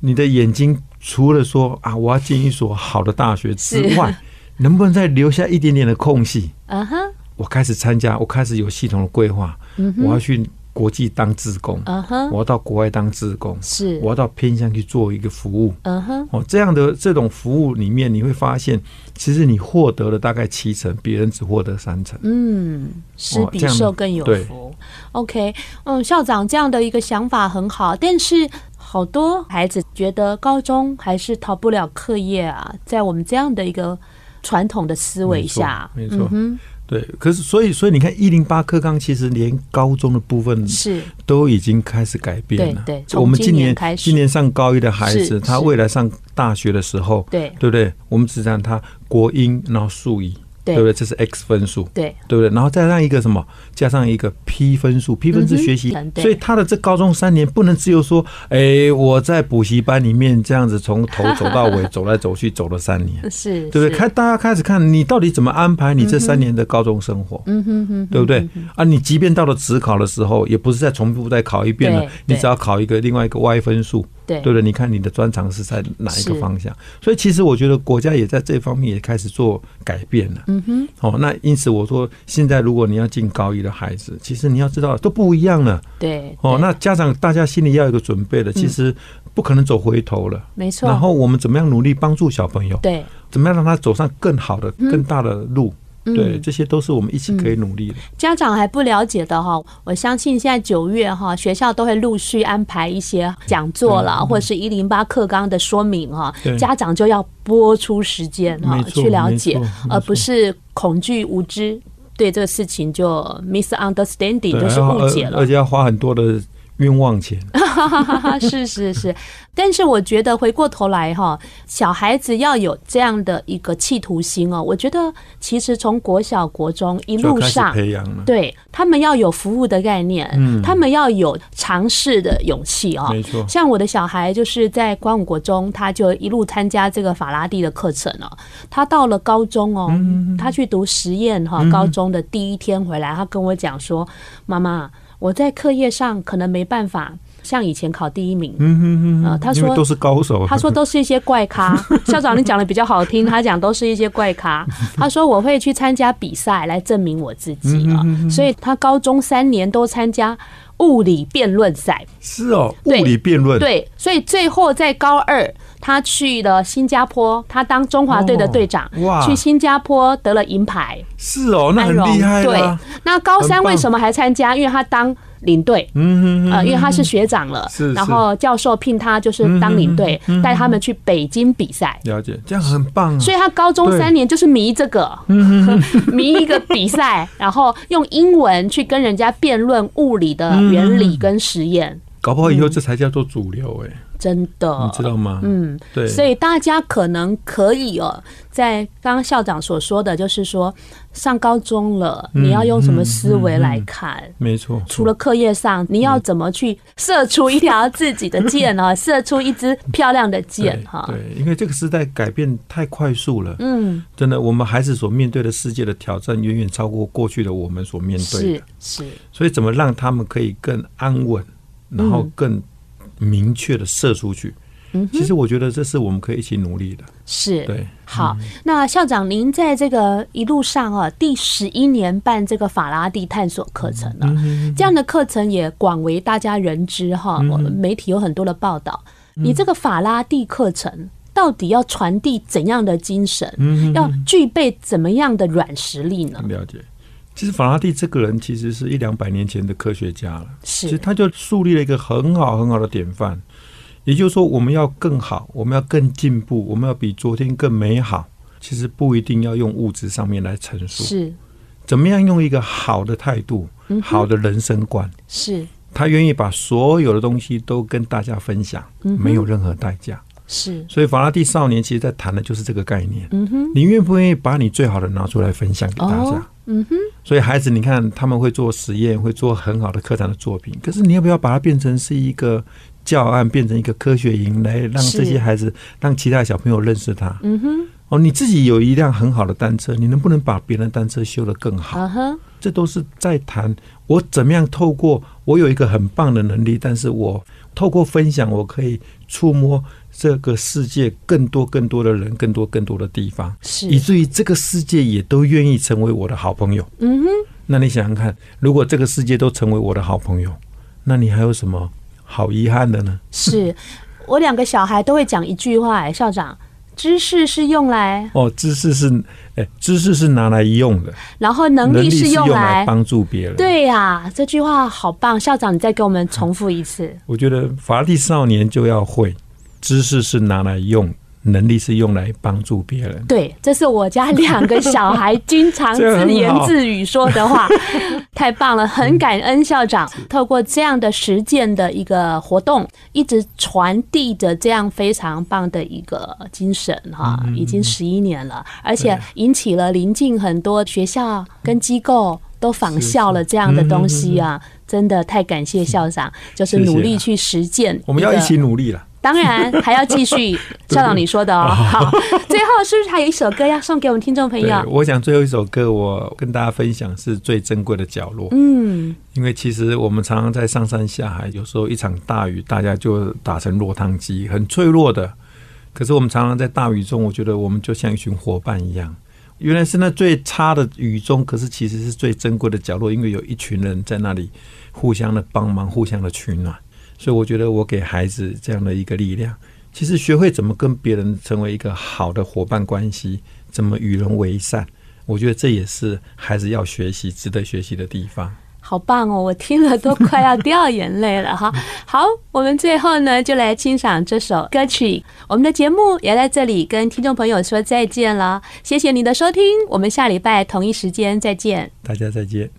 [SPEAKER 2] 你的眼睛除了说啊，我要进一所好的大学之外，能不能再留下一点点的空隙？
[SPEAKER 1] 啊哈，
[SPEAKER 2] 我开始参加，我开始有系统的规划，
[SPEAKER 1] 嗯
[SPEAKER 2] 我要去国际当志工，
[SPEAKER 1] 啊哈，
[SPEAKER 2] 我要到国外当志工，
[SPEAKER 1] 是，
[SPEAKER 2] 我要到偏乡去做一个服务。
[SPEAKER 1] 嗯哼，
[SPEAKER 2] 哦，这样的这种服务里面，你会发现，其实你获得了大概七成，别人只获得三成。
[SPEAKER 1] 嗯，施
[SPEAKER 2] 哦
[SPEAKER 1] 比
[SPEAKER 2] 这样
[SPEAKER 1] 受更有
[SPEAKER 2] 对
[SPEAKER 1] 福。OK，嗯，校长这样的一个想法很好，但是。好多孩子觉得高中还是逃不了课业啊，在我们这样的一个传统的思维下，
[SPEAKER 2] 没错，没错
[SPEAKER 1] 嗯
[SPEAKER 2] 对。可是所以所以你看，一零八课纲其实连高中的部分
[SPEAKER 1] 是
[SPEAKER 2] 都已经开始改变了。
[SPEAKER 1] 对对
[SPEAKER 2] 我们
[SPEAKER 1] 从
[SPEAKER 2] 今
[SPEAKER 1] 今年
[SPEAKER 2] 年
[SPEAKER 1] 开始
[SPEAKER 2] 今年上高一的孩
[SPEAKER 1] 是
[SPEAKER 2] 子，他
[SPEAKER 1] 是
[SPEAKER 2] 未来上大学的时候，
[SPEAKER 1] 对
[SPEAKER 2] 对不对？我们只让他国英，然后数乙，
[SPEAKER 1] 对
[SPEAKER 2] 不对？这是 x 分数，
[SPEAKER 1] 对
[SPEAKER 2] 对不对？然后再让一个什么，加上一个 P 分数，P 分是学习，
[SPEAKER 1] 嗯对
[SPEAKER 2] 所以他的这高中三年不能只有说，哎，我在补习班里面这样子从头走到尾，走来走去走了三年，
[SPEAKER 1] 是，
[SPEAKER 2] 对不
[SPEAKER 1] 是
[SPEAKER 2] 对？开大家开始看你到底怎么安排你这三年的高中生活，
[SPEAKER 1] 嗯哼哼，
[SPEAKER 2] 对不对？啊，你即便到了职考的时候，也不是再重复再考一遍了
[SPEAKER 1] 对，
[SPEAKER 2] 你
[SPEAKER 1] 对
[SPEAKER 2] 只要考一个另外一个 Y 分数，
[SPEAKER 1] 对
[SPEAKER 2] 对不对？你看你的专长是在哪一
[SPEAKER 1] 是
[SPEAKER 2] 个方向？所以其实我觉得国家也在这方面也开始做改变了。嗯哼，哦，那因此我说，现在如果你要进高一的孩子，其实你要知道都不一样了。
[SPEAKER 1] 对
[SPEAKER 2] 哦，
[SPEAKER 1] 对
[SPEAKER 2] 那家长大家心里要有一个准备了，其实不可能走回头了。
[SPEAKER 1] 没错，
[SPEAKER 2] 然后我们怎么样努力帮助小朋友？
[SPEAKER 1] 对。嗯
[SPEAKER 2] 怎么样让他走上更好的、更大的路？对，这些都是我们一起可以努力的。
[SPEAKER 1] 家长还不了解的哈，我相信现在九月哈，学校都会陆续安排一些讲座啦，或是一零八课纲的说明哈，
[SPEAKER 2] 嗯对
[SPEAKER 1] 家长就要拨出时间哈
[SPEAKER 2] 没错
[SPEAKER 1] 去了
[SPEAKER 2] 没
[SPEAKER 1] 解
[SPEAKER 2] 错，
[SPEAKER 1] 而不是恐惧无知，对这个事情就 misunderstanding
[SPEAKER 2] 对，呃
[SPEAKER 1] 就是
[SPEAKER 2] 然后
[SPEAKER 1] 误解
[SPEAKER 2] 而
[SPEAKER 1] 了
[SPEAKER 2] 而。且要花很多的冤枉钱。呃
[SPEAKER 1] 是是是，但是我觉得回过头来哈，小孩子要有这样的一个企图心哦。我觉得其实从国小、国中一
[SPEAKER 2] 就要
[SPEAKER 1] 路
[SPEAKER 2] 开始
[SPEAKER 1] 上，
[SPEAKER 2] 培养了。
[SPEAKER 1] 对他们要有服务的概念，他们要有尝试的勇气哦。
[SPEAKER 2] 嗯没错
[SPEAKER 1] 像我的小孩就是在光武国中，他就一路参加这个法拉第的课程哦。他到了高中
[SPEAKER 2] 嗯
[SPEAKER 1] 哦，他去读实验哈、高中的第一天回来，他跟我讲说：“妈妈，我在课业上可能没办法像以前考第一名。”嗯嗯嗯，呃，他
[SPEAKER 2] 因为
[SPEAKER 1] 说
[SPEAKER 2] 都是高手。
[SPEAKER 1] 他说都是一些怪 咖。校长，你讲的比较好听，他讲都是一些怪咖。他说我会去参加比赛来证明我自己
[SPEAKER 2] 嗯
[SPEAKER 1] 啊，所以他高中三年都参加物理辩论赛。
[SPEAKER 2] 是哦，物
[SPEAKER 1] 对
[SPEAKER 2] 理辩论。
[SPEAKER 1] 对，所以最后在高二，他去了新加坡，他当中华队的队长，
[SPEAKER 2] 哦哇
[SPEAKER 1] 去新加坡得了银牌。
[SPEAKER 2] 是哦，那
[SPEAKER 1] 安
[SPEAKER 2] 很
[SPEAKER 1] 荣
[SPEAKER 2] 厉害
[SPEAKER 1] 对
[SPEAKER 2] 啦。，
[SPEAKER 1] 那高
[SPEAKER 2] 很
[SPEAKER 1] 三
[SPEAKER 2] 棒
[SPEAKER 1] 为什么还参加？因为他当领队。
[SPEAKER 2] 嗯，嗯
[SPEAKER 1] 呃，因为他是学长了，
[SPEAKER 2] 是是嗯
[SPEAKER 1] 然后教授聘他就是当领队，带他们去北京比赛。
[SPEAKER 2] 了解，这样很棒啊。
[SPEAKER 1] 所以他高中
[SPEAKER 2] 对
[SPEAKER 1] 三年就是迷这个，
[SPEAKER 2] 嗯
[SPEAKER 1] 迷一个比赛，然后用英文去跟人家辩论物理的原理跟实验，
[SPEAKER 2] 搞不好以后这才叫做主流哎，
[SPEAKER 1] 真
[SPEAKER 2] 你
[SPEAKER 1] 的。
[SPEAKER 2] 知道吗？
[SPEAKER 1] 嗯，
[SPEAKER 2] 对。
[SPEAKER 1] 所以大家可能可以哦，在刚刚校长所说的，就是说上高中了，你要用什么思维来看？
[SPEAKER 2] 没错，
[SPEAKER 1] 除了课业上，你要怎么去射出一条自己的箭 啊？射出一支漂亮的箭
[SPEAKER 2] 对
[SPEAKER 1] 哈？
[SPEAKER 2] 对，嗯因为这个时代改变太快速了，
[SPEAKER 1] 嗯，
[SPEAKER 2] 真的，我们孩子所面对的世界的挑战远远超过过去的我们所面对的
[SPEAKER 1] 是。是，
[SPEAKER 2] 所以怎么让他们可以更安稳，然
[SPEAKER 1] 嗯
[SPEAKER 2] 后更明确的射出去？其实我觉得这是我们可以一起努力的。
[SPEAKER 1] 是，
[SPEAKER 2] 对，
[SPEAKER 1] 好，那校长，您在这个一路上啊，第十一年办这个法拉第探索课程呢、这样的课程也广为大家人知哈，我们媒体有很多的报道。你这个法拉第课程到底要传递怎样的精神？要具备怎么样的软实力呢？
[SPEAKER 2] 了解。其实法拉第这个人其实是一两百年前的科学家了，其实
[SPEAKER 1] 是，
[SPEAKER 2] 他就树立了一个很好很好的典范。也就是说，我们要更好，我们要更进步，我们要比昨天更美好。其实不一定要用物质上面来陈述，
[SPEAKER 1] 是，嗯
[SPEAKER 2] 怎么样用一个好的态度、好的人生观，
[SPEAKER 1] 是，
[SPEAKER 2] 他愿意把所有的东西都跟大家分享，
[SPEAKER 1] 嗯
[SPEAKER 2] 没有任何代价。
[SPEAKER 1] 是，
[SPEAKER 2] 所以法拉第少年其实在谈的就是这个概念。嗯哼，你愿不愿意把你最好的拿出来分享给大家？
[SPEAKER 1] 哦嗯哼，
[SPEAKER 2] 所以孩子，你看他们会做实验，会做很好的课堂的作品，可是你要不要把它变成是一个教案，变成一个科学营，来让
[SPEAKER 1] 是
[SPEAKER 2] 这些孩子，让其他小朋友认识他？
[SPEAKER 1] 嗯哼，
[SPEAKER 2] 哦，你自己有一辆很好的单车，你能不能把别人的单车修得更好？
[SPEAKER 1] 啊哈，
[SPEAKER 2] 这都是在谈我怎么样透过我有一个很棒的能力，但是我透过分享，我可以触摸这个世界更多更多的人，更多更多的地方，
[SPEAKER 1] 是
[SPEAKER 2] 以，至于这个世界也都愿意成为我的好朋友。
[SPEAKER 1] 嗯哼，
[SPEAKER 2] 那你想想看，如果这个世界都成为我的好朋友，那你还有什么好遗憾的呢？
[SPEAKER 1] 是我两个小孩都会讲一句话、哎，校长，知识是用来，
[SPEAKER 2] 哦，知识是，哎、知识是拿来用的，
[SPEAKER 1] 然后能力是
[SPEAKER 2] 是
[SPEAKER 1] 用
[SPEAKER 2] 用
[SPEAKER 1] 来。
[SPEAKER 2] 帮助别人。，
[SPEAKER 1] 对呀、这句话好棒，校长，你再给我们重复一次。
[SPEAKER 2] 我觉得法拉第少年就要会，知识是拿来用，能力是用来帮助别人。
[SPEAKER 1] 对，这是我家两个小孩经常
[SPEAKER 2] 这个很
[SPEAKER 1] 自言
[SPEAKER 2] 好
[SPEAKER 1] 自语说的 话，太棒了，很感恩校长
[SPEAKER 2] 嗯
[SPEAKER 1] 透过这样的实践的一个活动，一直传递着这样非常棒的一个精神哈，
[SPEAKER 2] 嗯
[SPEAKER 1] 已经十一年了，而且引起了邻近很多学校跟机构。都仿效了这样的东西
[SPEAKER 2] 嗯
[SPEAKER 1] 啊，真的太感谢校长，就是
[SPEAKER 2] 谢谢
[SPEAKER 1] 努力
[SPEAKER 2] 啊
[SPEAKER 1] 去实践。
[SPEAKER 2] 我们要一起努力了。
[SPEAKER 1] 当然还要继续，校长你说的哦。好，最后是不是还有一首歌要送给我们听众朋
[SPEAKER 2] 对，
[SPEAKER 1] 友？
[SPEAKER 2] 我想最后一首歌，我跟大家分享是最珍贵的角落。
[SPEAKER 1] 嗯，
[SPEAKER 2] 因为其实我们常常在上山下海，有时候一场大雨，大家就打成落汤鸡，很脆弱的。可是我们常常在大雨中，我觉得我们就像一群伙伴一样。原来是那最差的雨中，可是其实是最珍贵的角落，因为有一群人在那里互相的帮忙，互相的取暖。所以我觉得我给孩子这样的一个力量，其实学会怎么跟别人成为一个好的伙伴关系，怎么与人为善，我觉得这也是孩子要学习、值得学习的地方。
[SPEAKER 1] 好棒哦，我听了都快要掉眼泪了哈。好，我们最后呢就来欣赏这首歌曲。我们的节目也在这里跟听众朋友说再见了，谢谢你的收听，我们下礼拜同一时间再见。
[SPEAKER 2] 大家再见。